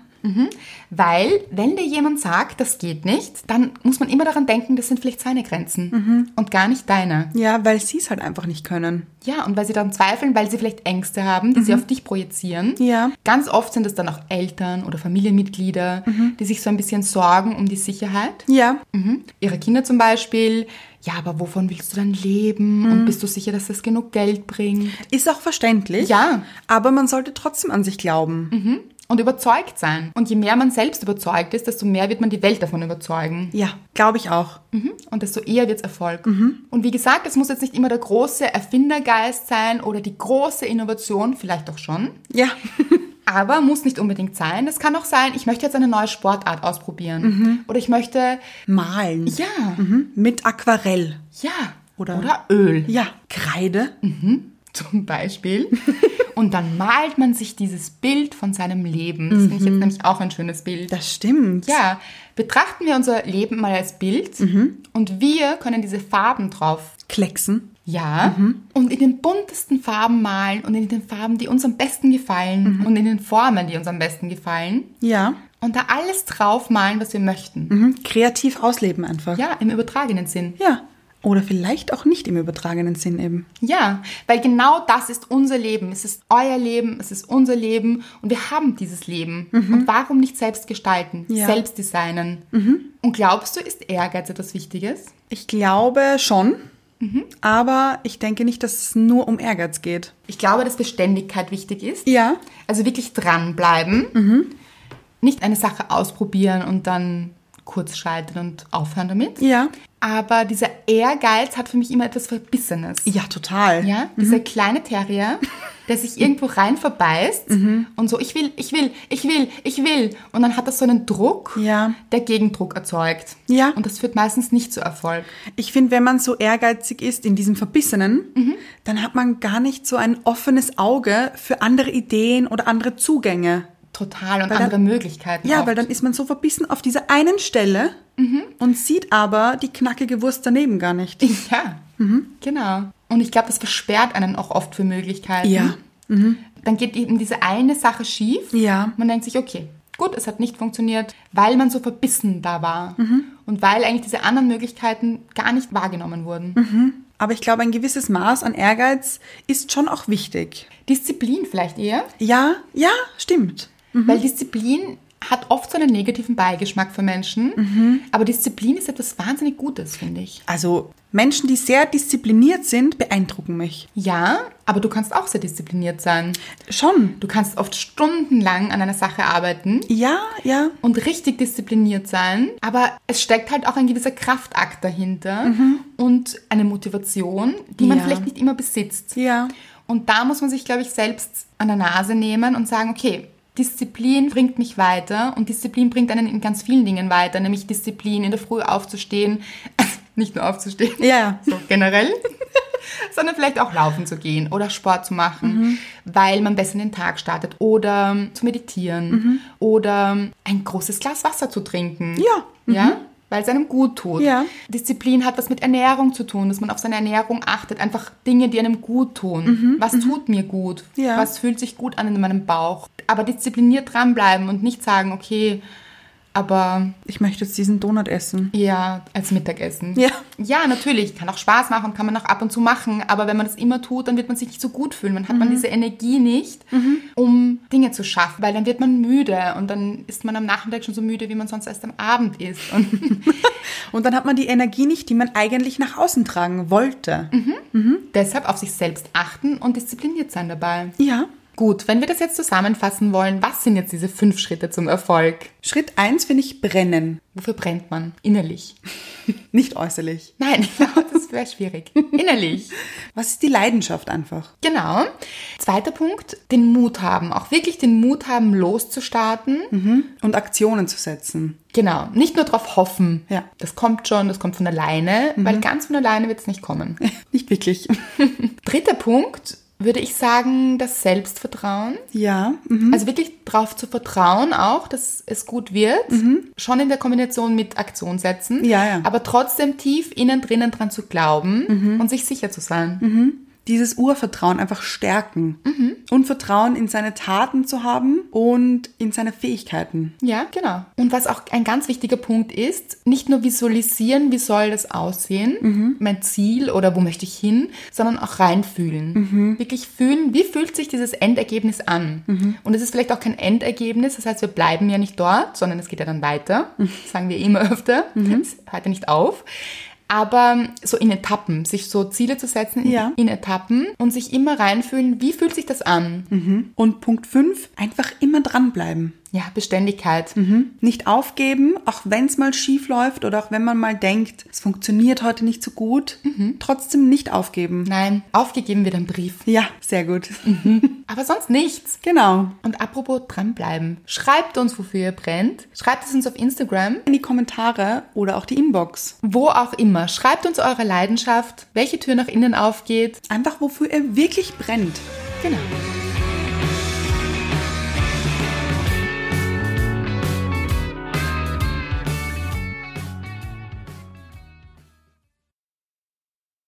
Weil, wenn dir jemand sagt, das geht nicht, dann muss man immer daran denken, das sind vielleicht seine Grenzen und gar nicht deine. Ja, weil sie es halt einfach nicht können. Ja, und weil sie dann zweifeln, weil sie vielleicht Ängste haben, die sie auf dich projizieren. Ja. Ganz oft sind es dann auch Eltern oder Familienmitglieder, die sich so ein bisschen sorgen um die Sicherheit. Ja. Mhm. Ihre Kinder zum Beispiel. Ja, aber wovon willst du dann leben? Und bist du sicher, dass das genug Geld bringt? Ist auch verständlich. Ja. Aber man sollte trotzdem an sich glauben. Und überzeugt sein. Und je mehr man selbst überzeugt ist, desto mehr wird man die Welt davon überzeugen. Ja, glaube ich auch. Mhm. Und desto eher wird es Erfolg. Mhm. Und wie gesagt, es muss jetzt nicht immer der große Erfindergeist sein oder die große Innovation, vielleicht auch schon. Ja. Aber muss nicht unbedingt sein. Es kann auch sein, ich möchte jetzt eine neue Sportart ausprobieren. Mhm. Oder ich möchte, Malen. ja, Mhm. Mit Aquarell. ja. Oder- oder Öl. Mhm. Ja. Kreide. zum Beispiel. Und dann malt man sich dieses Bild von seinem Leben. Das finde ich jetzt nämlich auch ein schönes Bild. Mhm. Das stimmt. Ja, betrachten wir unser Leben mal als Bild Mhm. und wir können diese Farben drauf, Klecksen. ja, Mhm. und in den buntesten Farben malen und in den Farben, die uns am besten Mhm. gefallen und in den Formen, die uns am besten gefallen Ja. und da alles drauf malen, was wir möchten. Mhm. Kreativ ausleben einfach. Ja, im übertragenen Sinn. ja. Oder vielleicht auch nicht im übertragenen Sinn eben. Ja, weil genau das ist unser Leben. Es ist euer Leben, es ist unser Leben und wir haben dieses Leben. Und warum nicht selbst gestalten, Mhm. Ja. Mhm. selbst designen? Und glaubst du, ist Ehrgeiz etwas Wichtiges? Ich glaube schon, Mhm. aber ich denke nicht, dass es nur um Ehrgeiz geht. Ich glaube, dass Beständigkeit wichtig ist. Ja. Also wirklich dranbleiben. Mhm. Nicht eine Sache ausprobieren und dann kurz scheitern und aufhören damit. Ja. Aber dieser Ehrgeiz hat für mich immer etwas Verbissenes. Ja, Mhm. total. Ja, dieser kleine Terrier, der sich irgendwo rein verbeißt Mhm. und so, ich will, ich will, ich will, ich will. Und dann hat das so einen Druck, Ja. der Gegendruck erzeugt. Ja. Und das führt meistens nicht zu Erfolg. Ich finde, wenn man so ehrgeizig ist in diesem Verbissenen, Mhm. dann hat man gar nicht so ein offenes Auge für andere Ideen oder andere Zugänge. Total und Weil dann- andere Möglichkeiten. Ja, oft. weil dann ist man so verbissen auf dieser einen Stelle und sieht aber die knackige Wurst daneben gar nicht. Ja, genau. Und ich glaube, das versperrt einen auch oft für Möglichkeiten. Ja. Mhm. Dann geht eben diese eine Sache schief. Ja. Man denkt sich, okay, gut, es hat nicht funktioniert, weil man so verbissen da war. Mhm. Und weil eigentlich diese anderen Möglichkeiten gar nicht wahrgenommen wurden. Mhm. Aber ich glaube, ein gewisses Maß an Ehrgeiz ist schon auch wichtig. Disziplin vielleicht eher, Ja, ja, stimmt. weil Disziplin hat oft so einen negativen Beigeschmack für Menschen. Mhm. Aber Disziplin ist etwas wahnsinnig Gutes, finde ich. Also Menschen, die sehr diszipliniert sind, beeindrucken mich. Ja, aber du kannst auch sehr diszipliniert sein. Schon. Du kannst oft stundenlang an einer Sache arbeiten Ja, ja. und richtig diszipliniert sein, aber es steckt halt auch ein gewisser Kraftakt dahinter und eine Motivation, die man Mhm. Ja. vielleicht nicht immer besitzt. Ja. Und da muss man sich, glaube ich, selbst an der Nase nehmen und sagen, okay, Disziplin bringt mich weiter und Disziplin bringt einen in ganz vielen Dingen weiter, nämlich Disziplin, in der Früh aufzustehen, nicht nur aufzustehen, Ja, so generell, sondern vielleicht auch laufen zu gehen oder Sport zu machen, Mhm. weil man besser in den Tag startet oder zu meditieren Mhm. oder ein großes Glas Wasser zu trinken. Ja. Ja. Weil es einem gut tut. Mhm. Ja. Disziplin hat was mit Ernährung zu tun, dass man auf seine Ernährung achtet. Einfach Dinge, die einem gut tun. Was tut mir gut? Mhm. Ja. Was fühlt sich gut an in meinem Bauch? Aber diszipliniert dranbleiben und nicht sagen, okay, aber Ich möchte jetzt diesen Donut essen. ja, als Mittagessen. Ja. Ja, natürlich. Kann auch Spaß machen, kann man auch ab und zu machen. Aber wenn man das immer tut, dann wird man sich nicht so gut fühlen. Dann hat Mhm. man diese Energie nicht, um Dinge zu schaffen. Weil dann wird man müde. Und dann ist man am Nachmittag schon so müde, wie man sonst erst am Abend ist. Und Und dann hat man die Energie nicht, die man eigentlich nach außen tragen wollte. deshalb auf sich selbst achten und diszipliniert sein dabei. Ja. Gut, wenn wir das jetzt zusammenfassen wollen, was sind jetzt diese fünf Schritte zum Erfolg? Schritt eins finde ich brennen, Wofür brennt man? Innerlich. nicht äußerlich. Nein, ich glaube, das wäre schwierig. Innerlich. Was ist die Leidenschaft einfach? Genau. Zweiter Punkt, den Mut haben. Auch wirklich den Mut haben, loszustarten. Und Aktionen zu setzen. Genau. Nicht nur darauf hoffen. Ja. Das kommt schon, das kommt von alleine, weil ganz von alleine wird es nicht kommen. Nicht wirklich. Dritter Punkt, würde ich sagen, das Selbstvertrauen. Ja. mhm. Also wirklich darauf zu vertrauen auch, dass es gut wird. Schon in der Kombination mit Aktion setzen. Mhm. Ja, ja. Mhm. Aber trotzdem tief innen drinnen dran zu glauben und sich sicher zu sein. Dieses Urvertrauen einfach stärken. Und Vertrauen in seine Taten zu haben und in seine Fähigkeiten. Ja, genau. Und was auch ein ganz wichtiger Punkt ist, nicht nur visualisieren, wie soll das aussehen, mein Ziel oder wo möchte ich hin, sondern auch reinfühlen. Wirklich fühlen, wie fühlt sich dieses Endergebnis an? Und es ist vielleicht auch kein Endergebnis, das heißt, wir bleiben ja nicht dort, sondern es geht ja dann weiter. Das sagen wir immer öfter. Es hört ja nicht auf. Aber so in Etappen, sich so Ziele zu setzen in, Ja. in Etappen und sich immer reinfühlen, wie fühlt sich das an? Und Punkt fünf: einfach immer dranbleiben. Ja, Beständigkeit. Nicht aufgeben, auch wenn es mal schief läuft oder auch wenn man mal denkt, es funktioniert heute nicht so gut, trotzdem nicht aufgeben. Nein, aufgegeben wird ein Brief. Ja, sehr gut. Aber sonst nichts. Genau. Und apropos dranbleiben. Schreibt uns, wofür ihr brennt. Schreibt es uns auf Instagram, In die Kommentare oder auch die Inbox. wo auch immer. Schreibt uns eure Leidenschaft, welche Tür nach innen aufgeht. Einfach wofür ihr wirklich brennt. Genau.